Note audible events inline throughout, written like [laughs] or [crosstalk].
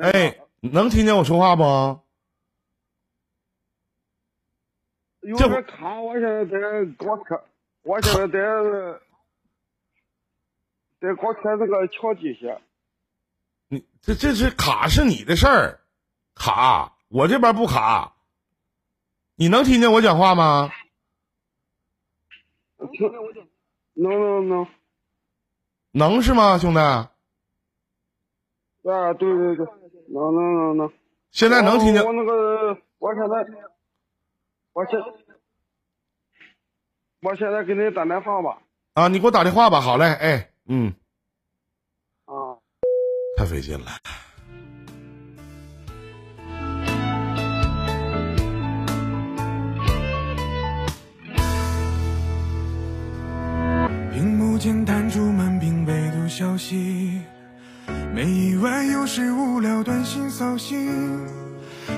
哎，能听见我说话不？有这点卡，我现在在搞车，我现在在在搞车这个桥底下。你这这是卡是你的事儿，卡我这边不卡。你能听见我讲话吗？听能能能，能是吗，兄弟？啊，对对对，能能能能。现在能听见我？那个，我现在，我现，我现在给你打电话吧。啊，你给我打电话吧。好嘞，哎，嗯，啊，太费劲了。屏幕间弹出满屏未读消息，没意外又是无聊短信扫兴。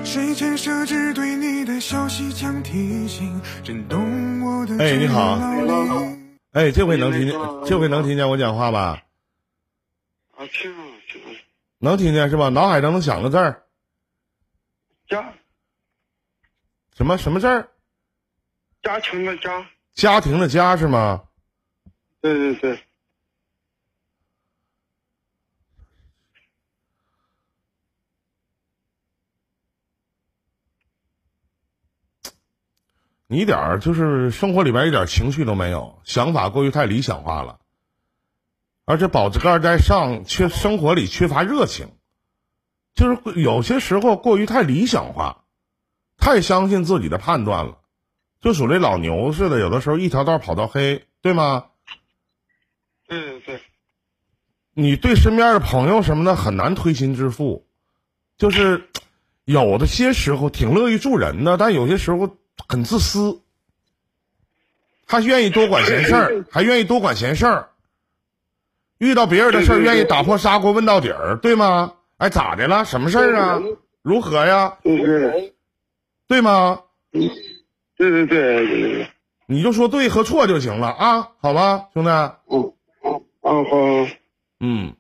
睡前设置对你的消息强提醒，震动我的哎你好指导力哎，这回能听见你那个，这回能听见我讲话吧？啊，听着听着，能听见是吧？脑海当中想个字儿，家什么什么字儿？家庭的家，家庭的家是吗？对对对，你一点儿就是生活里边一点情绪都没有，想法过于太理想化了，而且保值盖在上，缺生活里缺乏热情，就是会有些时候过于太理想化，太相信自己的判断了，就属于老牛似的，有的时候一条道跑到黑，对吗？对对对，你对身边的朋友什么的很难推心置腹，就是有的些时候挺乐于助人的，但有些时候很自私，还愿意多管闲事儿，还愿意多管闲事儿。遇到别人的事儿，对对对愿意打破砂锅问到底儿，对吗？哎，咋的了？什么事儿啊对对对？如何呀？对对吗？对对对对，你就说对和错就行了啊，好吧，兄弟。嗯嗯嗯好。嗯，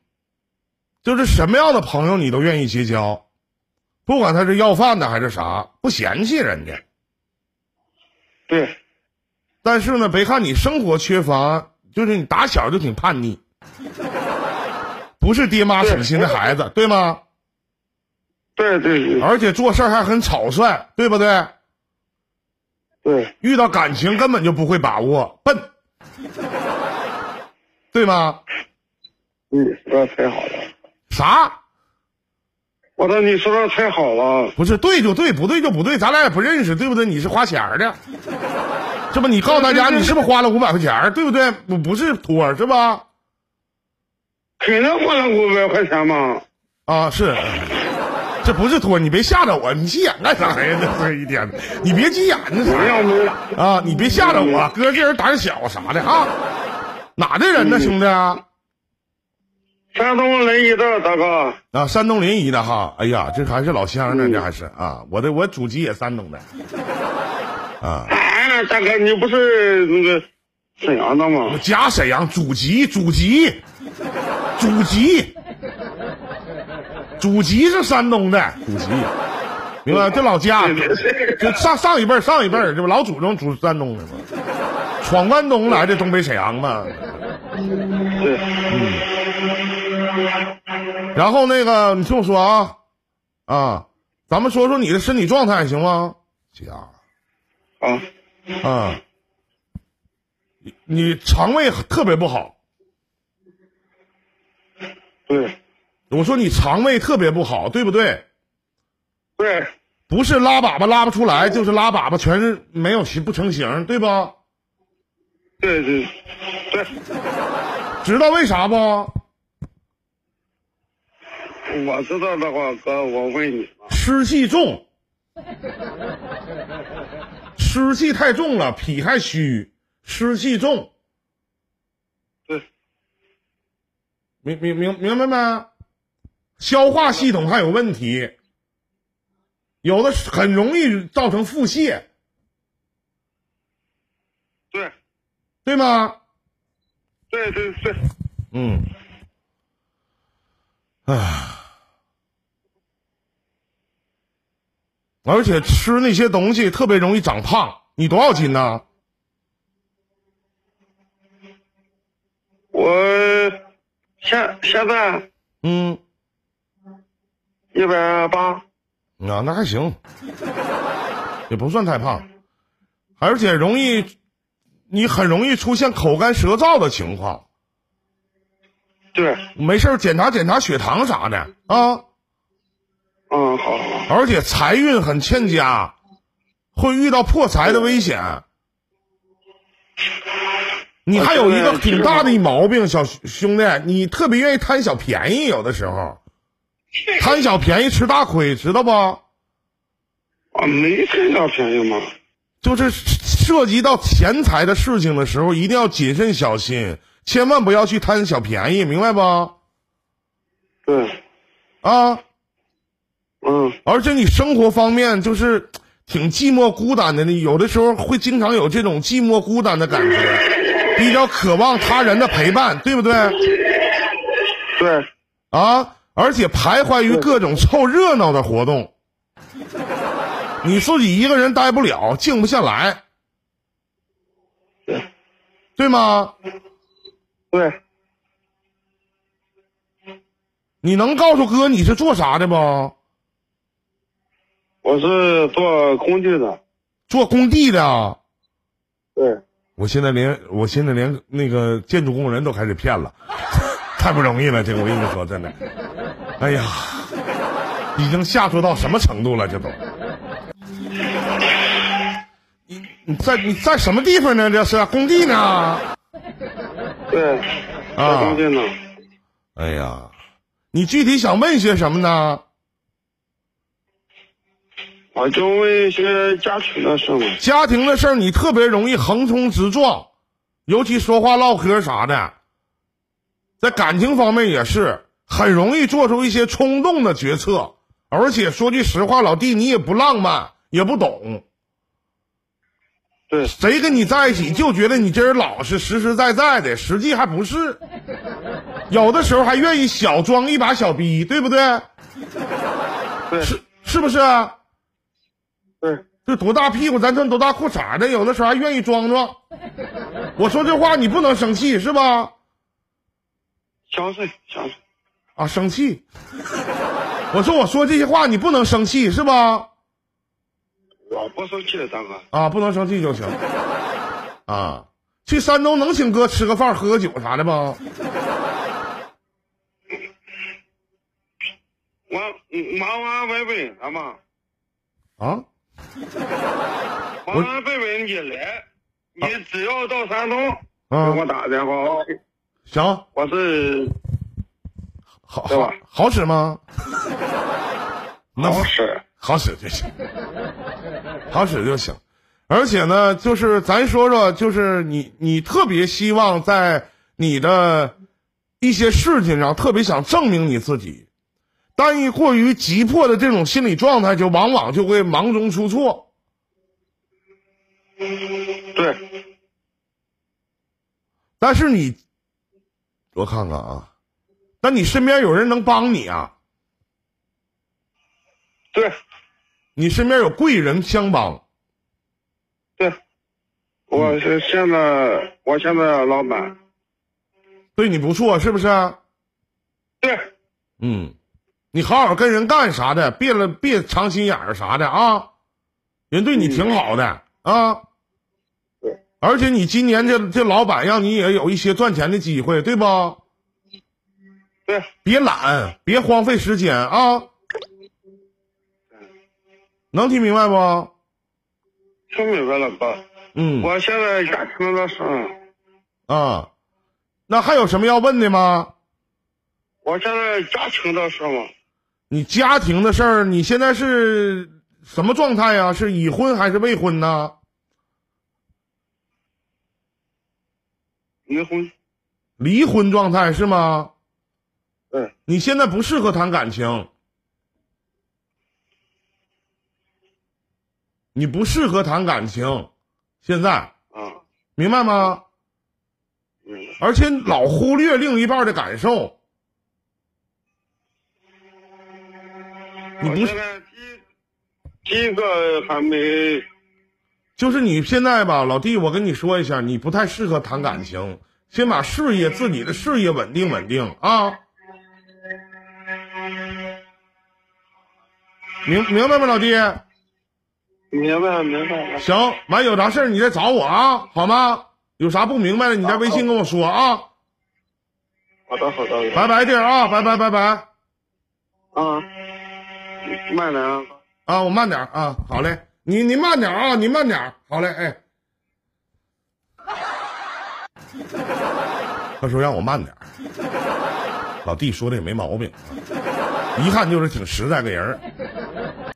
就是什么样的朋友你都愿意结交，不管他是要饭的还是啥，不嫌弃人家。对，但是呢，别看你生活缺乏，就是你打小就挺叛逆，不是爹妈省心的孩子，对吗？对对对而且做事儿还很草率，对不对？对遇到感情根本就不会把握，笨， [laughs] 对吗？你说的太好了，啥？我说你说的太好了，不是对就对，不对就不对，咱俩也不认识，对不对？你是花钱儿的，这不你告诉大家，你是不是花了五百块钱儿，对不对？我不是托儿是吧？肯定花了五百块钱嘛。啊，是，这不是托儿，你别吓着我，你急眼干啥呀？这是一天的，你别急眼那没啥有没有，啊，你别吓着我，哥这人胆小啥的啊，哪的人呢，兄弟啊？山东临沂的大哥，啊，山东临沂的哈，哎呀，这还是老乡呢，这还是啊，我的我祖籍也山东的，啊。哎，大哥你不是那个沈阳的吗？家沈阳，祖籍祖籍祖籍，祖籍是山东的祖籍，明白吗？这老家就上上一辈儿上一辈儿，这不老祖宗祖山东的吗？闯关东来的东北沈阳嘛。对，然后那个，你听我说啊啊，咱们说说你的身体状态行吗？家啊，啊，你你肠胃特别不好，对我说你肠胃特别不好，对不对？对不是拉粑粑拉不出来，就是拉粑粑全是没有形不成形，对不？对对对，知道为啥不？我知道的话，哥，我问你啊，湿气重，湿气太重了，脾还虚，湿气重，对明明明明白没？消化系统还有问题，有的是很容易造成腹泻，对对吗？对对对，嗯，唉，而且吃那些东西特别容易长胖。你多少斤呢？我现现在嗯，一百八，啊，那还行，也不算太胖，而且容易，你很容易出现口干舌燥的情况。对，没事儿检查检查血糖啥的啊，嗯，好，好，而且财运很欠佳，会遇到破财的危险。你还有一个挺大的一毛病，小兄弟，你特别愿意贪小便宜，有的时候 [laughs] 贪小便宜吃大亏，知道不？啊，没这小便宜吗？就是涉及到钱财的事情的时候，一定要谨慎小心，千万不要去贪小便宜，明白不？对，啊，嗯，而且你生活方面就是挺寂寞孤单的，你有的时候会经常有这种寂寞孤单的感觉，比较渴望他人的陪伴，对不对？对，啊，而且徘徊于各种凑热闹的活动，你自己一个人待不了，静不下来，对，对吗？对，你能告诉哥你是做啥的不？我是做工地的，做工地的啊。对，我现在连我现在连那个建筑工人都开始骗了，太不容易了，这个我跟你说真的，哎呀，已经下作到什么程度了，这都。你你在你在什么地方呢？这是工地呢？对，做啊工地呢，哎呀，你具体想问些什么呢？我啊就问一些家庭的事嘛。家庭的事儿你特别容易横冲直撞，尤其说话唠嗑啥的，在感情方面也是很容易做出一些冲动的决策，而且说句实话，老弟你也不浪漫，也不懂，对，谁跟你在一起就觉得你这人老实实实在在的，实际还不是，有的时候还愿意小装一把小逼，对不对？对，是是不啊是？对，这多大屁股咱穿多大裤衩的，有的时候还愿意装装。我说这话你不能生气是吧？相信，相信，啊，生气。我说我说这些话你不能生气是吧？我不生气的，大哥。啊，不能生气就行。啊，去山东能请哥吃个饭、喝个酒啥的吗？忙嗯忙完问问俺妈，啊，忙完问问你来，你只要到山东啊给我打电话啊，行，我是好对好吧好使吗？那老师，好使就行，好使就行。而且呢，就是咱说说，就是你你特别希望在你的一些事情上，特别想证明你自己，但一过于急迫的这种心理状态，就往往就会忙中出错。对，但是你，我看看啊，但你身边有人能帮你啊，对你身边有贵人相帮，对，我是现在我现在老板，对你不错，是不是？啊对嗯，你好好跟人干啥的，别了别藏心眼儿啥的啊，人对你挺好的、啊。对，而且你今年这这老板让你也有一些赚钱的机会，对不？对别懒，别荒废时间啊。能听明白不？听明白了哥，嗯我现在感情的事，啊，那还有什么要问的吗？我现在家庭的事嘛，你家庭的事儿，你现在是什么状态呀、啊是已婚还是未婚呢？离婚，离婚状态是吗？对你现在不适合谈感情，你不适合谈感情，现在啊，明白吗？明白，而且老忽略另一半的感受，你我不现是在第一这个还没就是你现在吧，老弟，我跟你说一下，你不太适合谈感情，先把事业自己的事业稳定稳定啊。明明白吗，老弟？明白明白了。行，完有啥事儿你再找我啊，好吗？有啥不明白的，你在微信跟我说啊。好的好的好的。拜拜，弟儿啊，拜拜拜拜啊，慢点啊。啊，我慢点儿啊，好嘞，你你慢点儿啊，你慢点儿，好嘞，哎。他说让我慢点儿，老弟说的也没毛病，一看就是挺实在个人儿。